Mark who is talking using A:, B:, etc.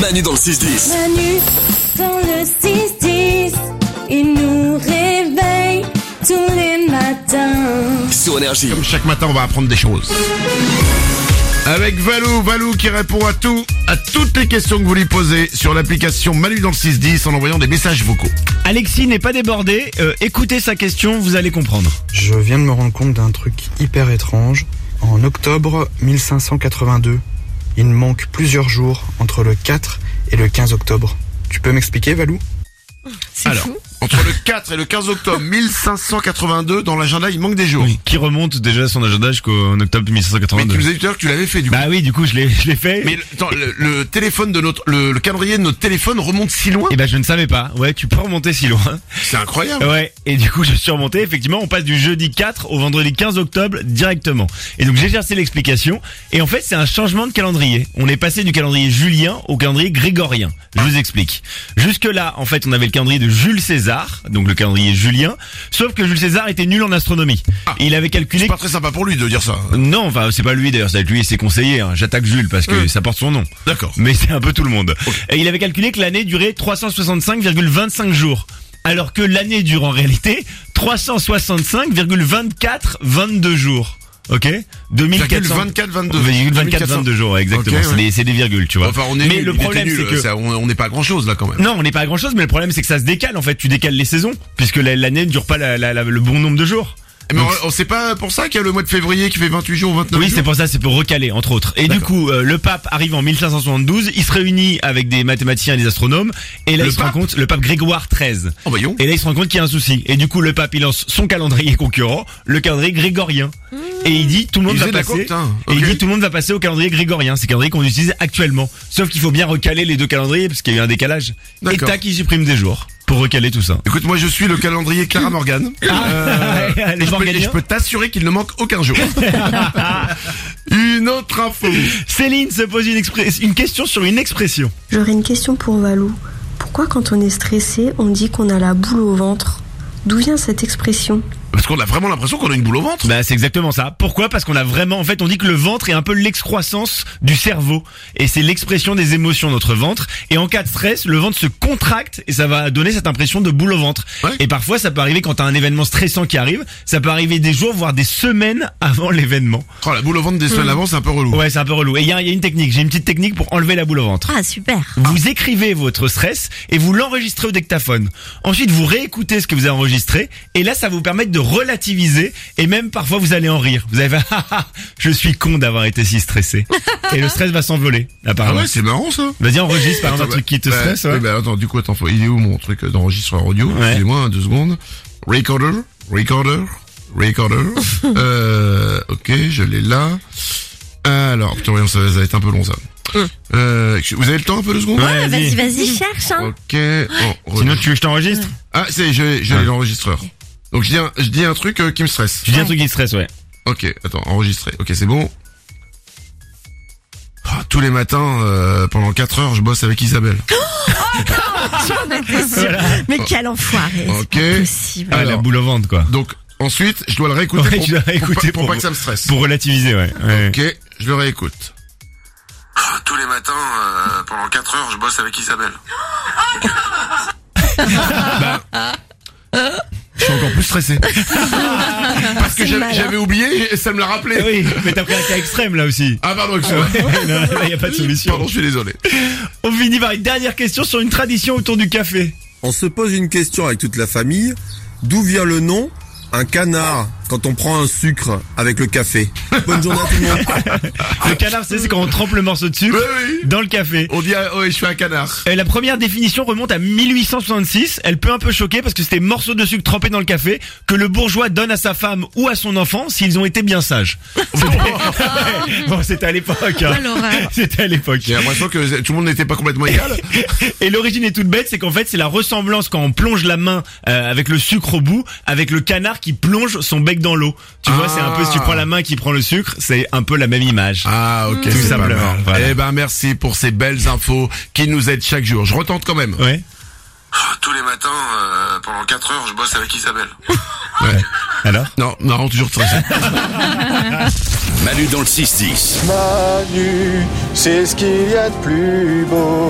A: Manu dans le 6-10.
B: Manu dans le 6-10, il nous réveille tous les matins.
A: Sur Énergie.
C: Comme chaque matin, on va apprendre des choses. Avec Valou, Valou qui répond à tout, à toutes les questions que vous lui posez sur l'application Manu dans le 610 en envoyant des messages vocaux.
D: Alexis n'est pas débordé, euh, écoutez sa question, vous allez comprendre.
E: Je viens de me rendre compte d'un truc hyper étrange. En octobre 1582, il manque plusieurs jours entre le 4 et le 15 octobre. Tu peux m'expliquer, Valou
F: C'est
C: Alors.
F: fou.
C: Entre le 4 et le 15 octobre 1582, dans l'agenda, il manque des jours.
D: Qui remonte déjà son agenda jusqu'en octobre
C: Mais tu
D: 1582.
C: nous as dit tout à l'heure que tu l'avais fait du coup.
D: Oh, Bah oui, du coup, je l'ai je l'ai fait.
C: Mais le, attends, le, le téléphone de notre, le, le calendrier de notre téléphone remonte si loin.
D: Et bah je ne savais pas. Ouais, tu peux remonter si loin.
C: C'est incroyable.
D: Ouais, et du coup, je suis remonté. Effectivement, on passe du jeudi 4 au vendredi 15 octobre directement. Et donc, j'ai cherché l'explication. Et en fait, c'est un changement de calendrier. On est passé du calendrier julien au calendrier grégorien. Je vous explique. Jusque-là, en fait, on avait le calendrier de Jules César, donc le calendrier julien. Sauf que Jules César était nul en astronomie.
C: Ah.
D: Et il avait calculé
C: C'est pas très sympa pour lui de dire ça.
D: non, enfin, c'est pas lui d'ailleurs, c'est lui et ses conseillers. hein. J'attaque Jules parce que
C: Mm.
D: ça porte son nom.
C: D'accord.
D: Mais c'est un peu tout le monde. Et il avait calculé que l'année durait 365,25 jours. Alors que l'année dure en réalité 365,2422 jours. Ok 2400
C: 24, 22.
D: 24, 22 jours, ouais, exactement.
C: Ok,
D: c'est
C: ouais.
D: des- c'est des, virgules, tu vois.
C: Enfin, on est
D: mais
C: nul,
D: le
C: il était
D: problème,
C: nul, euh,
D: c'est que...
C: ça, on on n'est pas à grand chose là quand même.
D: Non, on n'est pas à grand chose, mais le problème, c'est que ça se décale, en fait. Tu décales les saisons, puisque la- l'année ne dure pas la- la- la- le bon nombre de jours.
C: Eh ben,
D: Donc,
C: on, on sait pas pour ça qu'il y a le mois de février qui fait 28 jours ou 29
D: Oui,
C: jours.
D: c'est pour ça, c'est pour recaler, entre autres. Et du
C: D'accord.
D: coup, euh, le pape arrive en 1572, il se réunit avec des mathématiciens et des astronomes, et là
C: Le
D: il se rend
C: pape
D: compte, le pape Grégoire XIII.
C: Oh, voyons.
D: Et là il se rend compte qu'il y a un souci. Et du coup, le pape il lance son calendrier concurrent, le calendrier grégorien. Et il dit tout le monde
C: Il
D: va
C: faisait de la
D: passer.
C: compte, hein.
D: Et il
C: Ok.
D: dit tout le monde va passer au calendrier grégorien, c'est le calendrier qu'on utilise actuellement. Sauf qu'il faut bien recaler les deux calendriers parce qu'il y a eu un décalage. Et
C: D'accord.
D: tac, il supprime des jours pour recaler tout ça.
C: Écoute, moi je suis le calendrier Clara Morgan.
D: Ah,
C: et
D: les
C: je peux, et
D: Morganiens.
C: je peux t'assurer qu'il ne manque aucun jour. Une autre info.
D: Céline se pose une, express- une question sur une expression.
G: J'aurais une question pour Valou. Pourquoi quand on est stressé, on dit qu'on a la boule au ventre D'où vient cette expression
C: Parce qu'on a vraiment l'impression qu'on a une boule au ventre.
D: Bah c'est exactement ça. Pourquoi Parce qu'on a vraiment, en fait, on dit que le ventre est un peu l'excroissance du cerveau et c'est l'expression des émotions notre ventre. Et en cas de stress, le ventre se contracte et ça va donner cette impression de boule au ventre.
C: Ouais.
D: Et parfois, ça peut arriver quand t'as un événement stressant qui arrive, ça peut arriver des jours voire des semaines avant l'événement.
C: Oh, la boule au ventre des semaines avant, c'est un peu relou.
D: Mm. Ouais, c'est un peu relou. Et il y a, il y a une technique. J'ai une petite technique pour enlever la boule au ventre.
F: Ah, super.
D: Vous écrivez votre stress et vous l'enregistrez au dictaphone. Ensuite, vous réécoutez ce que vous avez enregistré et là, ça va vous permettre de relativiser et même parfois vous allez en rire. Vous allez faire, Ah, ah, je suis con d'avoir été si stressé. et le stress va s'envoler,
C: Ah
D: apparemment.
C: ouais, c'est marrant ça.
D: Vas-y, enregistre par
C: Attends,
D: exemple un truc qui te
C: bah,
D: stresse.
C: ouais,
D: ouais.
C: bah, attends, du coup, attends, faut- il est où mon truc d'enregistreur audio
D: Ouais.
C: Excusez-moi, hein, deux secondes. Recorder, recorder, recorder. euh, ok, je l'ai là. Alors, putain, voyons, ça, va- ça va être un peu long ça.
D: Hum.
C: Euh, excuse- vous avez le temps un peu deux secondes
D: Ouais,
F: Vas-y, vas-y, cherche, hein.
C: Ok. on- on-
D: Sinon, tu veux que je t'enregistre
C: Ah, c'est, j'ai, j'ai
D: Ouais.
C: l'enregistreur. Donc je dis un, je dis un truc euh, qui me stresse.
D: Tu dis un truc qui te stresse, ouais.
C: Ok, attends, enregistré. Ok, c'est bon. Ah, tous les matins, euh, pendant 4 heures, je bosse avec Isabelle.
F: Mais quel enfoiré.
C: Ok.
F: C'est pas possible.
D: Ah,
C: Alors.
D: la boule au ventre, quoi.
C: Donc ensuite, je dois le réécouter
D: Ouais,
C: pour,
D: tu dois réécouter
C: pour pas- pour
D: pour-
C: pas que ça me stresse.
D: Pour relativiser, ouais. ouais.
C: Ok, je le réécoute. Tous les matins, euh, pendant 4 heures, je bosse avec Isabelle. Bah, je suis encore plus stressé. Parce que
F: C'est
C: j'avais
F: malin.
C: j'avais oublié et ça me l'a
D: Eh
C: rappelé.
D: Oui, mais t'as pris un cas extrême là aussi.
C: Ah pardon, excuse-moi.
D: non, là, y a pas de solution.
C: Pardon, je suis désolé.
D: On finit par une dernière question sur une tradition autour du café.
H: On se pose une question avec toute la famille. D'où vient le nom un canard quand on prend un sucre avec le café Bonne journée à tout le monde.
D: Le canard, c'est c'est quand on trempe le morceau de sucre
C: Oui, oui.
D: dans le café.
C: On dit, ah, ouais, je suis un canard.
D: Euh, la première définition remonte à 1866. Elle peut un peu choquer parce que c'était morceau de sucre trempé dans le café que le bourgeois donne à sa femme ou à son enfant s'ils ont été bien sages. C'était- bon, c'était à l'époque. hein.
F: Quelle horreur.
D: C'était à l'époque.
C: J'ai l'impression que tout le monde n'était pas complètement égal.
D: Et l'origine est toute bête, c'est qu'en fait c'est la ressemblance quand on plonge la main euh, avec le sucre au bout, avec le canard qui plonge son bec dans l'eau. Tu vois,
C: Ah.
D: c'est un peu si tu prends la main qui prend le sucre, c'est un peu la même image.
C: Ah ok,
D: Tout
C: c'est pas
D: simplement,
C: mal.
D: voilà.
C: Eh ben merci pour ces belles infos qui nous aident chaque jour. Je retente quand même.
D: Ouais.
C: Tous les matins, euh, pendant 4 heures, je bosse avec Isabelle.
D: Alors.
C: Non, non, toujours très
A: Manu dans le 6-10.
I: Manu, c'est ce qu'il y a de plus beau.